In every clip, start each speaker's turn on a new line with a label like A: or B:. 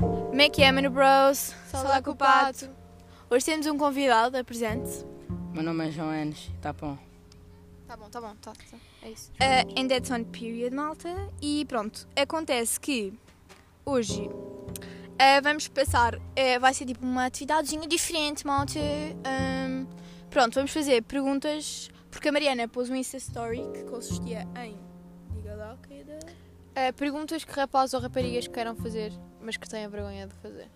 A: Como é que é, mano bros?
B: Olá, culpado.
A: Hoje temos um convidado, apresente.
C: Meu nome é Joanes, tá bom.
B: Tá bom, tá bom, tá, tá. É isso.
A: Uh, em That's On Period, malta. E pronto, acontece que hoje uh, vamos passar, uh, vai ser tipo uma atividadezinha diferente, malta. Um, pronto, vamos fazer perguntas, porque a Mariana pôs um Insta Story que consistia em... Diga lá, querida.
B: Ah, perguntas que rapazes ou raparigas queiram fazer, mas que tenham vergonha de fazer.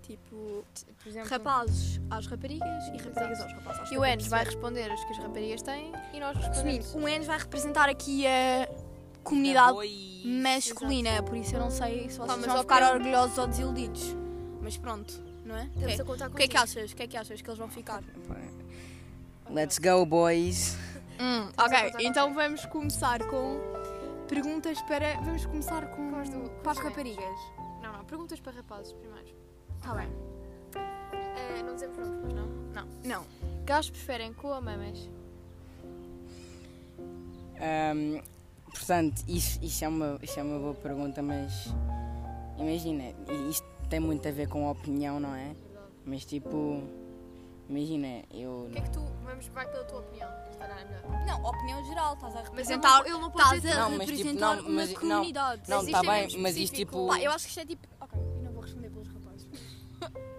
A: Tipo,
B: T- Por exemplo,
A: rapazes às raparigas e raparigas aos rapazes. é Aos
B: e o Enes vai responder as que as raparigas têm e nós respondemos.
A: Resumindo, o Enes vai representar aqui a comunidade masculina, por isso eu não sei se vocês
B: Pá, mas
A: vão
B: ao
A: ficar
B: pelo-
A: orgulhosos ou desiludidos. Mas pronto, não é?
B: Estamos
A: Ok.
B: a contar
A: O que é que achas? O que é que achas que eles vão ficar?
C: Let's go, boys.
A: Hum,
B: a
A: ok,
B: contar
A: então vamos começar com perguntas para. Vamos começar com,
B: Com as do- com
A: para as
B: os homens.
A: raparigas.
B: Não, não, perguntas para rapazes primeiro.
A: Está bem.
B: Ah, não dizemos nomes, pois não?
A: Não.
B: Gajos preferem cu ou mamas?
C: Ahm, portanto, isso, isso, é uma, isso é uma boa pergunta, mas imagina, i- isto tem muito a ver com a opinião, não é? Mas tipo, imagina, eu.
B: O que é que tu, vamos vai pela tua opinião, se calhar é melhor.
A: Não, opinião geral, estás a
B: Mas ele
A: então,
B: não, ele não pode dizer
C: a Não, mas, tipo, representar não, uma mas- não, comunidade. não, tá bem, mas isto, tipo-
A: Pá, eu acho que isto é tipo. Ok, eu não vou responder pelos rapazes.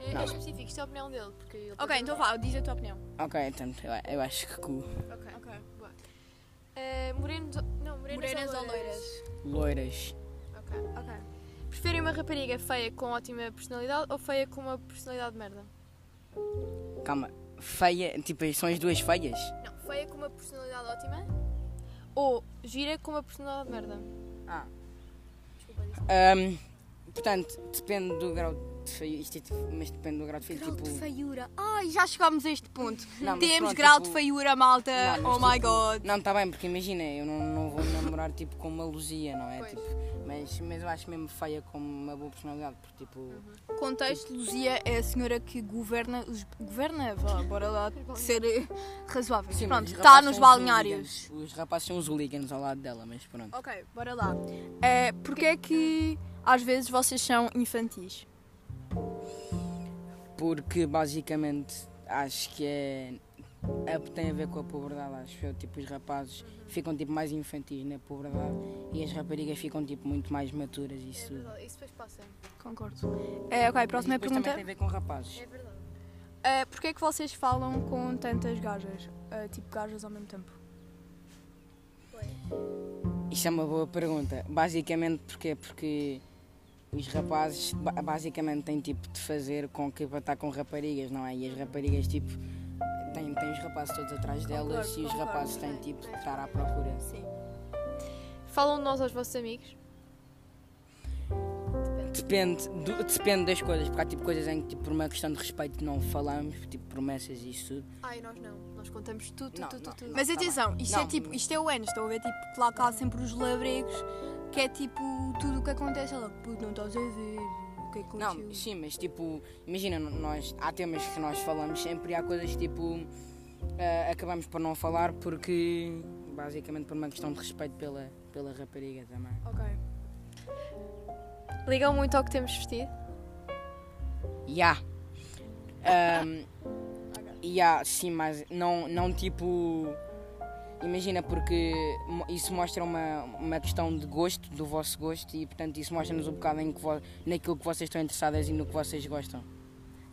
B: É, é
C: Não.
B: específico, isto é a opinião dele. Porque ele
A: Ok,
B: depois-
A: então vá, diz a tua opinião.
C: Ok, então, eu- eu acho que cu.
B: Ok, boa. Eh, morenos, ou- não, morenas,
A: Morenas ou
C: Loiras.
B: Ok, ok. Preferem uma rapariga feia com ótima personalidade ou feia com uma personalidade de merda?
C: Calma, feia, tipo, são as duas feias?
B: Não, feia com uma personalidade ótima ou gira com uma personalidade de merda?
C: Ah.
B: Desculpa, disse.
C: Ahm, portanto, depende do grau de feio, isto é, tipo- mas depende do grau de feio,
A: Grau
C: tipo.
A: de feiura. Ai, já chegámos a este ponto.
C: Não, mas
A: Temos
C: pronto,
A: grau
C: tipo-
A: de feiura, malta.
C: Não, mas
A: oh my
C: tipo-
A: god.
C: Não, está bem, porque imagina, eu não, não vou me namorar tipo com uma luzia, não é?
B: Pois.
C: Tipo, mas, mas eu acho mesmo feia como uma boa personalidade, porque tipo.
A: Contexto: Luzia é a senhora que governa. Os, governa? Vá, bora lá ser eh, razoáveis.
C: sim, mas
A: Pronto,
C: os
A: está
C: rapazes
A: nos
C: são os
A: balneários. Oh.
C: hooligans. Os rapazes são os hooligans ao lado dela, mas pronto.
A: Ok, bora lá. É, Porquê é que às vezes vocês são infantis?
C: Porque basicamente acho que é. é- tem a ver com a pobreza, acho eu. Tipo, os rapazes ficam tipo mais infantis na pobreza e as raparigas ficam tipo muito mais maturas e isso
B: É
C: tudo.
B: verdade, isso depois passa.
A: Concordo. É, ok, próxima
C: Mas depois também
A: pergunta.
C: tem a ver com rapazes.
B: É verdade.
A: É, Porquê é que vocês falam com tantas gajas? É, tipo, gajas ao mesmo tempo?
C: Isso é uma boa pergunta. Basicamente porquê? Porque os rapazes ba- basicamente têm tipo de fazer com que para estar com raparigas, não é? E as raparigas tipo têm, têm os rapazes todos atrás delas
A: Concordo,
C: e os
A: concordo,
C: rapazes têm
B: sim,
C: tipo de
B: sim.
C: estar à procura.
A: Sim.
B: Falam de nós aos vossos amigos?
C: Depende, do- depende das coisas, porque há tipo coisas em que tipo, por uma questão de respeito não falamos, tipo promessas e isso tudo.
B: Ai, nós não. Nós contamos tudo, tudo,
C: Não,
B: tudo,
C: não,
B: tudo.
C: não.
A: Mas
C: Tá
A: atenção, isto é
C: Não.
A: tipo, isto é o Enes, estão a ver tipo que lá cá há sempre os labregos, que é tipo tudo o que acontece, ela puto, não estás a ver, o que é que
C: Não,
A: aconteceu?
C: sim, mas tipo, imagina, n- nós, há temas que nós falamos sempre e há coisas que tipo, ah, acabamos por não falar porque, basicamente, por uma questão de respeito pela, pela rapariga também.
A: Ok.
B: Ligam muito ao que temos vestido?
C: Ya! Ahm, ya, sim, mas não, não tipo. Imagina, porque mo- isso mostra uma, uma questão de gosto, do vosso gosto, e portanto isso mostra-nos um bocado em que vo- naquilo que vocês estão interessadas e no que vocês gostam.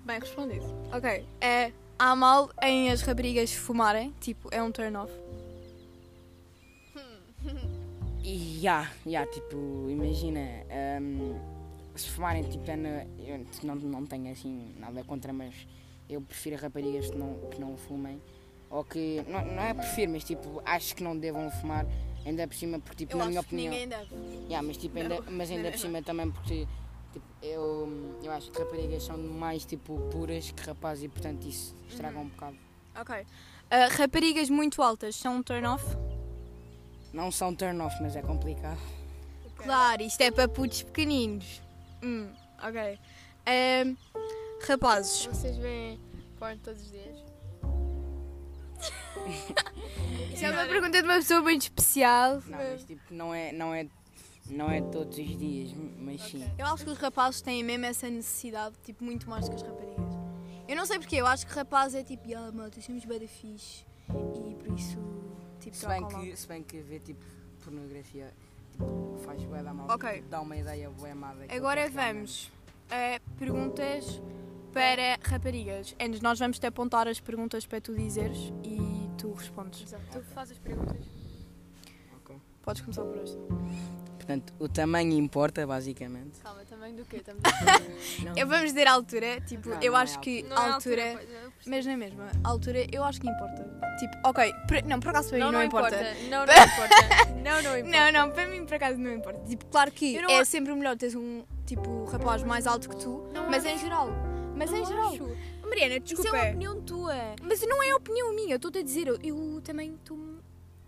A: Bem respondido. Ok. É, há mal em as raparigas fumarem, tipo, é um turn off.
C: E já, já, tipo, imagina, hum, se fumarem, tipo, é na- eu não, não tenho assim nada contra, mas eu prefiro raparigas que não, que não fumem, ou que, não, não é prefiro, mas tipo, acho que não devam fumar, ainda por cima, porque tipo, na minha opinião,
A: deve.
C: já, mas tipo, ainda, mas ainda por cima também, porque tipo, eu, eu acho que raparigas são mais, tipo, puras que rapazes e, portanto, isso estraga um bocado.
A: Ok. Ah, raparigas muito altas são um turn off?
C: Não são turn-off, mas é complicado.
A: Claro, isto é para putos pequeninos. Hum, ok. Ahm, rapazes,
B: Vocês veem porn todos os dias? é
A: Isso é uma pergunta de uma pessoa muito especial.
C: Não, mas tipo, não é, não é, Não é todos os dias, mas sim.
A: Eu acho que os rapazes têm mesmo essa necessidade, tipo, muito mais que as raparigas. Eu não sei porquê, eu acho que rapaz é tipo, ah, malta, somos bem fixe e por isso, tipo,
C: Se bem,
A: trocam logo.
C: que, se bem que ver tipo pornografia tipo, faz bué da mal. tipo,
A: Ok.
C: Dá uma ideia bué má daquilo
A: Agora
C: que é realmente-
A: vamos a perguntas para raparigas. Antes, nós vamos te apontar as perguntas para tu dizeres e tu respondes.
B: Exato. Tu fazes perguntas.
C: Ok.
A: Podes começar por esta.
C: Portanto, o tamanho importa, basicamente.
B: Calma, também do quê? Estamos
A: Eu vamos dizer a altura, tipo,
C: Não,
A: eu
C: não é
A: acho que
B: Não é
A: altura,
B: pois, eu percebo.
A: mas não é mesmo, a altura eu acho que importa. Tipo, ok, por- não, por acaso para mim
B: não,
A: não,
B: não
A: importa.
B: Não, não importa. Não, não importa.
A: Não, não, para mim por acaso não importa. Tipo, claro que
B: Eu não
A: é
B: a-
A: sempre melhor teres um tipo rapaz mais alto que tu,
B: Não
A: mas
B: acho.
A: em geral. Mas em geral.
B: acho.
A: Mariana,
B: Isso é uma opinião tua.
A: Mas não é opinião minha, eu estou-te a dizer, eu, eu também estou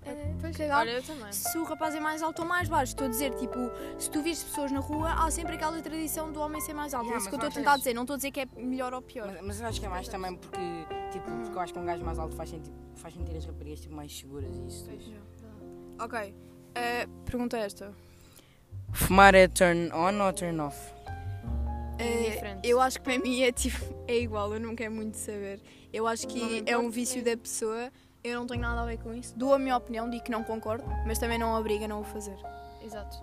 B: É, Pois,
A: cagar.
B: olha, eu também.
A: Se o rapaz é mais alto ou mais baixo, estou a dizer, tipo, se tu vires pessoas na rua, há sempre aquela tradição do homem ser mais alto.
C: Yeah,
A: é isso que eu estou a
C: mas achas-
A: tentar dizer, não estou a dizer que é melhor ou pior.
C: Mas, mas eu acho que é mais também porque, tipo, porque eu acho que um gajo mais alto faz, senti- faz sentir as raparigas tipo, mais seguras e isso. tudo.
A: Ok, pergunta é esta.
C: Fumar é turn on ou turn off?
B: Indiferente.
A: É, eu acho que para mim é tipo, é igual, eu não quero muito saber. Eu acho
B: Não me
A: que é
B: importa,
A: um vício da pessoa, eu não tenho nada a ver com isso. Dou a minha opinião, digo que não concordo, mas também não obriga a não o fazer.
B: Exato.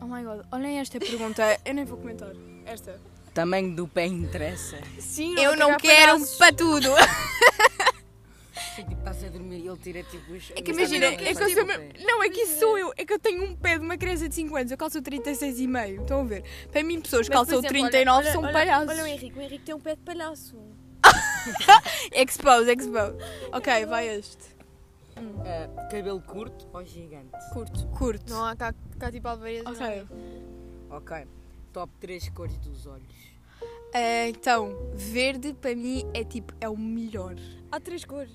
A: Oh my god, olhem esta pergunta, eu nem vou comentar. Esta.
C: Tamanho do pé interessa.
B: Sim,
A: Eu não quero
B: um
A: para tudo.
C: Sim, tipo, estás a dormir e ele tira tipo os.
A: É que imagina,
B: também não
A: é que eu
B: quero
A: sou mesmo- Não, é que isso sou eu. É que eu tenho um pé de uma criança de 5 anos. Eu calço 36,5. Estão a ver? Para mim, pessoas que
B: Mas, por
A: calçam
B: exemplo,
A: 39
B: olha-
A: são
B: olha-
A: palhaços.
B: Olha o Henrique, o Henrique tem um pé de palhaço.
A: Expose, expose. Ok, vai este.
C: É, cabelo curto ou gigante?
A: Curto. Curto.
B: Não há cá, cá tipo alvaredas.
A: Ok.
B: não é?
C: Ok. Top 3 cores dos olhos.
A: Ah, então, verde para mim é tipo, é o melhor.
B: Há três cores.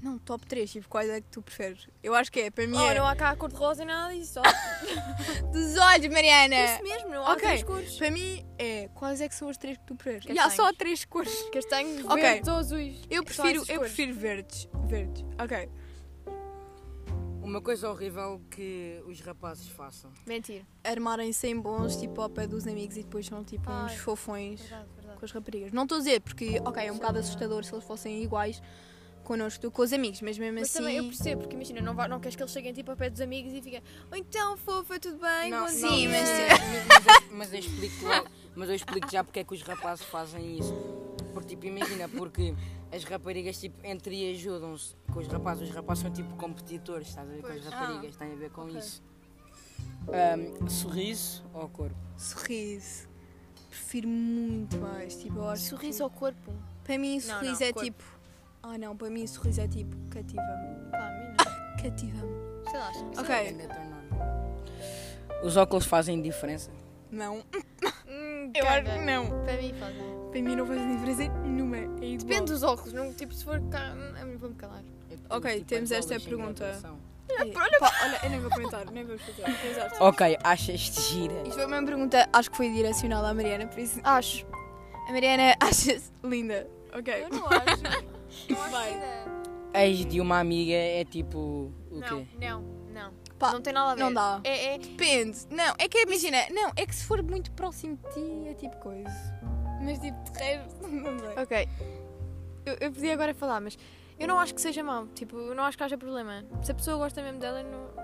A: Não, top 3, tipo, quais é que tu preferes? Eu acho que é, para mim
B: Oh,
A: é.
B: não há cá a cor de rosa e nada disso. ó.
A: Dos olhos, Mariana!
B: Isso mesmo, não há
A: Ok.
B: três cores.
A: Para mim é, quais é que são as três que tu preferes? E
B: Castanhos.
A: há só três cores.
B: Castanhos,
A: Ok.
B: verdes ou azuis.
A: Eu
B: Só essas
A: prefiro, eu
B: cores.
A: prefiro verdes. Verdes. Ok.
C: Uma coisa horrível que os rapazes façam.
B: Mentira.
A: armarem-se em bons, tipo, ao pé dos amigos e depois são, tipo, uns
B: Ai.
A: fofões
B: Verdade, verdade.
A: com as raparigas. Não estou a dizer, porque, ok, é um bocado assustador se eles fossem iguais connosco do que com os amigos, mas mesmo
B: Mas
A: assim...
B: também eu percebo, porque imagina, não, vai, não queres que eles cheguem tipo ao pé dos amigos e fiquem oh, então, fofa, tudo bem?
C: Não,
B: bom
A: sim,
B: dia."
A: mas-
C: mas, eu- mas eu explico logo- mas eu explico já porque é que os rapazes fazem isso. Porque tipo, imagina, porque as raparigas tipo, entre e ajudam-se com os rapazes, os rapazes são tipo competidores, estás a ver
B: Pois.
C: com
A: Ah,
C: as raparigas, tem a ver com isso. Ahm, sorriso ou corpo?
A: Sorriso. Prefiro muito mais, tipo, eu acho
B: Sorriso ao corpo.
A: que- Para mim,
B: Não,
A: sorriso
B: não,
A: é
B: corpo.
A: tipo... Ah, não, para mim, sorriso é tipo, cativa-me.
B: Pá, a mim não.
A: Cativa-me.
B: Sei lá, acho que
A: Ok.
C: Ainda tô no- Os óculos fazem diferença?
A: Não.
B: Hum,
A: Eu acho que
B: caga.
A: não.
B: Para mim fazem.
A: Para mim não faz diferença nenhuma. É igual.
B: Depende dos óculos, não, tipo, se for cá, hum, vou-me calar.
A: Ok,
C: Tipo,
A: temos
C: as
A: esta
C: bolas sem
A: pergunta.
C: graduação.
A: Olha, É, pá, olha, eu nem vou comentar, nem vou explicar. Mas acho-
C: Ok, achas-te gira?
A: Isto foi uma pergunta, acho que foi direcionada à Mariana, por isso acho. A Mariana acha-se linda. Ok.
B: Eu não acho. não acho
A: Vai.
B: ainda.
C: Ex de uma amiga é tipo o quê?
B: Não, não, não.
A: Pá,
B: não tem nada a ver.
A: não dá.
B: É, é,
A: Depende. Não, é que imagina, não, é que se for muito próximo de ti é tipo coisa. Mas tipo, de resto, não sei.
B: Ok. Eu, eu podia agora falar, mas eu não acho que seja mau. Tipo, eu não acho que haja problema. Se a pessoa gosta mesmo dela, não.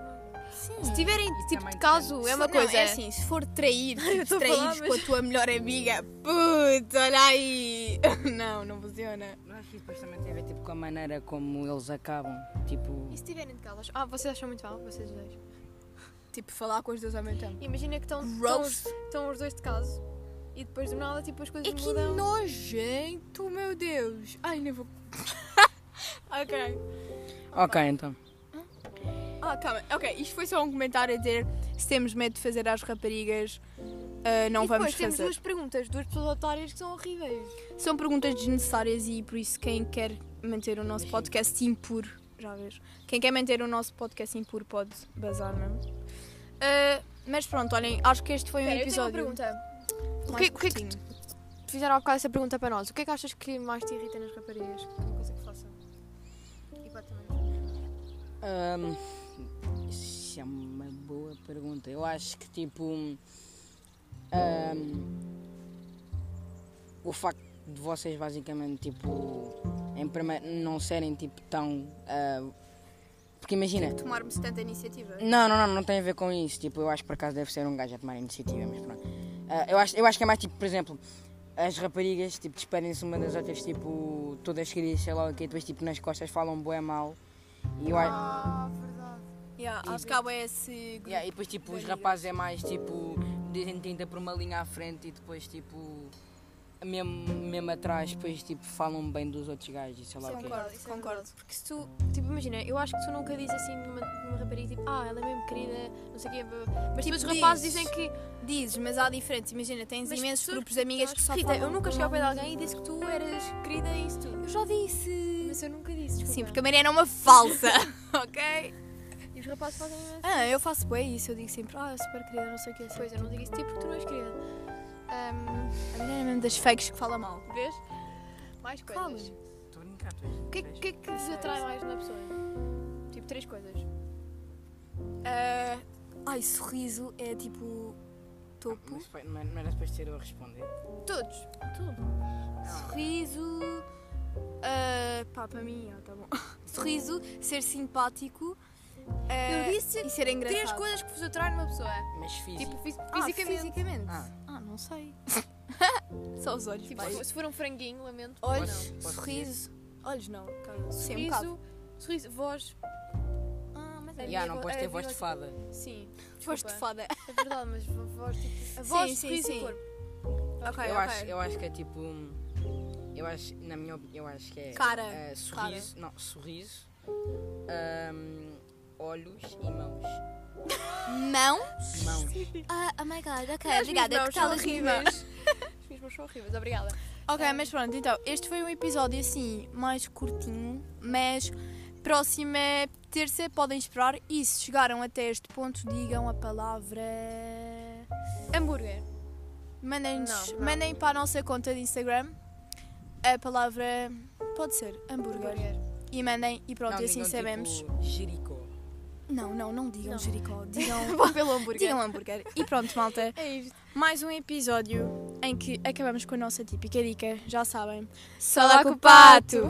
A: Sim.
B: Se tiverem
C: E
B: tipo
C: também
B: de caso, é uma coisa.
A: é assim, se for trair,
B: Eu
A: tipo,
B: tô a
A: traídos
B: falar, mas-
A: com a tua melhor amiga, putz, olha aí. Não, não funciona.
C: Mas acho que isso depois é também tem a ver tipo, com a maneira como eles acabam. Tipo,
B: E se tiverem de calas? Ah, vocês acham muito mal, vocês dois.
A: Tipo, falar com os dois ao mesmo tempo.
B: Imagina que estão, estão, os-
A: Gross.
B: estão os dois de caso e depois do nada, tipo, as coisas
A: É que
B: mudam.
A: nojento, meu Deus. Ai, nem vou. ok.
C: ok, então.
A: Ah, calma, ok, isto foi só um comentário a dizer se temos medo de fazer às raparigas, ah, não
B: e
A: vamos
B: depois temos
A: fazer.
B: duas perguntas, duas pessoas otárias que são horríveis.
A: São perguntas desnecessárias e por isso quem quer manter o nosso podcast impuro, já vês, quem quer manter o nosso podcast impuro pode bazar mesmo. Ah, mas pronto, olhem, acho que este foi um
B: Espera, Eu tenho
A: episódio
B: uma
A: mais
B: pergunta. O que- o que é que-
A: curtinho.
B: Fizeram há bocado essa pergunta para nós. O que é que achas que mais te irrita nas raparigas? Que é uma coisa que façam. E pode também.
C: Ahm, isso é uma boa boa pergunta. Eu acho que tipo. ahm, o facto de vocês basicamente tipo. Em primeiro, não serem tipo tão. ah, porque imagina.
A: Tomarmos tanta iniciativa.
C: Não, não, não, não tem a ver com isso. Tipo, eu acho que por acaso deve ser um gajo a tomar iniciativa, mas pronto. Ah, eu, acho, eu acho que é mais tipo, por exemplo, as raparigas tipo, despedem-se uma das outras, tipo, todas queridas, sei lá o quê, depois tipo nas costas falam bué mal. E eu acho.
B: Ah, verdade.
A: Yeah, acho que há bué esse grupo.
C: Yeah, e depois tipo, os rapazes é mais tipo, dizem tinta por uma linha à frente e depois tipo. Mesmo, mesmo atrás, depois tipo, falam bem dos outros gajos e sei lá o quê.
A: Concordo, concordo.
B: Porque se tu, tipo, imagina, eu acho que tu nunca dizes assim numa, numa rapariga, tipo, ah, ela é mesmo querida, não sei o quê, blá, blá, blá. mas
A: Tipo,
B: tipo, os rapazes
A: dizes.
B: dizem que.
A: Dizes, mas há diferentes. Imagina, tens
B: Mas
A: imensos
B: tu-
A: grupos de amigas que só
B: Rita,
A: falam
B: eu nunca
A: mal.
B: cheguei ao pé de alguém e disse que tu eras querida e isso tudo.
A: Eu já disse.
B: Mas eu nunca disse, desculpa.
A: Sim, porque a Mariana é uma falsa, ok?
B: E os rapazes fazem imenso.
A: Ah, eu faço bem isso. Eu digo sempre, ah, super querida, não sei o que.
B: Pois, eu não digo isso, tipo, porque tu não és querida. Ahm,
A: hum, A Mariana é mesmo das fakes que fala mal.
B: vês? Mais coisas.
A: Fala.
C: Estou a brincar, tu
B: O que, é- o que é que vos atrai mais na pessoa? Tipo, três coisas.
A: Ah, ai, sorriso é tipo topo.
C: Mas, foi- não não era depois de ser eu a responder.
A: Todos.
B: Tudo.
A: Sorriso. ah, pá, para mim, ah, tá bom. Sorriso, ser simpático. ah,
B: Eu disse
A: e ser engraçado.
B: Três coisas que vos atrai numa pessoa.
C: Mas fiz.
B: Tipo, fis-
A: Ah,
B: fisicamente.
A: fisicamente.
C: Ah.
A: Ah, não sei. Só os olhos.
B: Tipo,
A: pai.
B: se for um franguinho, lamento.
A: Olhos,
C: Posso- posso
A: sorriso. Olhos não, cara. Sim, um bocado.
B: Sorriso, sorriso, voz.
A: Ah, mas
B: a
A: é.
C: Ya,
B: minha
C: não
B: vo-
C: podes
B: a
C: ter
B: minha
C: voz de
B: voz-
C: fada.
A: tipo-
B: Sim.
A: Foste
B: desculpa.
A: fada.
B: É verdade, mas vo- voz, tipo. A voz,
A: Sim, sim,
B: sorriso
A: sim.
B: e corpo.
A: Ok, ok.
C: eu, acho, eu acho que é tipo. hum, Eu acho, na minha opinião, eu acho que é.
A: Cara,
C: eh, sorriso. Não, sorriso. hum, olhos e mãos.
A: Mão?
C: Mãos.
A: Ah, oh my god, ok,
B: As
A: obrigada.
B: minhas
A: Que
B: mãos
A: tal
B: são
A: as rimas?
B: horríveis. As minhas mãos são horríveis, obrigada.
A: Ok, mas pronto, então, este foi um episódio assim, mais curtinho, mas próxima terça podem esperar. E se chegaram até este ponto, digam a palavra.
B: Hambúrguer.
A: Mandem-nos,
B: Não, não.
A: mandem para a nossa conta de Instagram a palavra. Pode ser hambúrguer.
B: Hambúrguer.
A: E mandem, e pronto,
C: Não,
A: e assim
C: digam, tipo,
A: sabemos.
C: Jericó.
A: Não, não, não digam
B: Não.
A: Jericó, digam.
B: Pelo hambúrguer.
A: digam hambúrguer. E pronto, malta.
B: É isto.
A: Mais um episódio em que acabamos com a nossa típica dica, já sabem.
B: Só dá com o pato.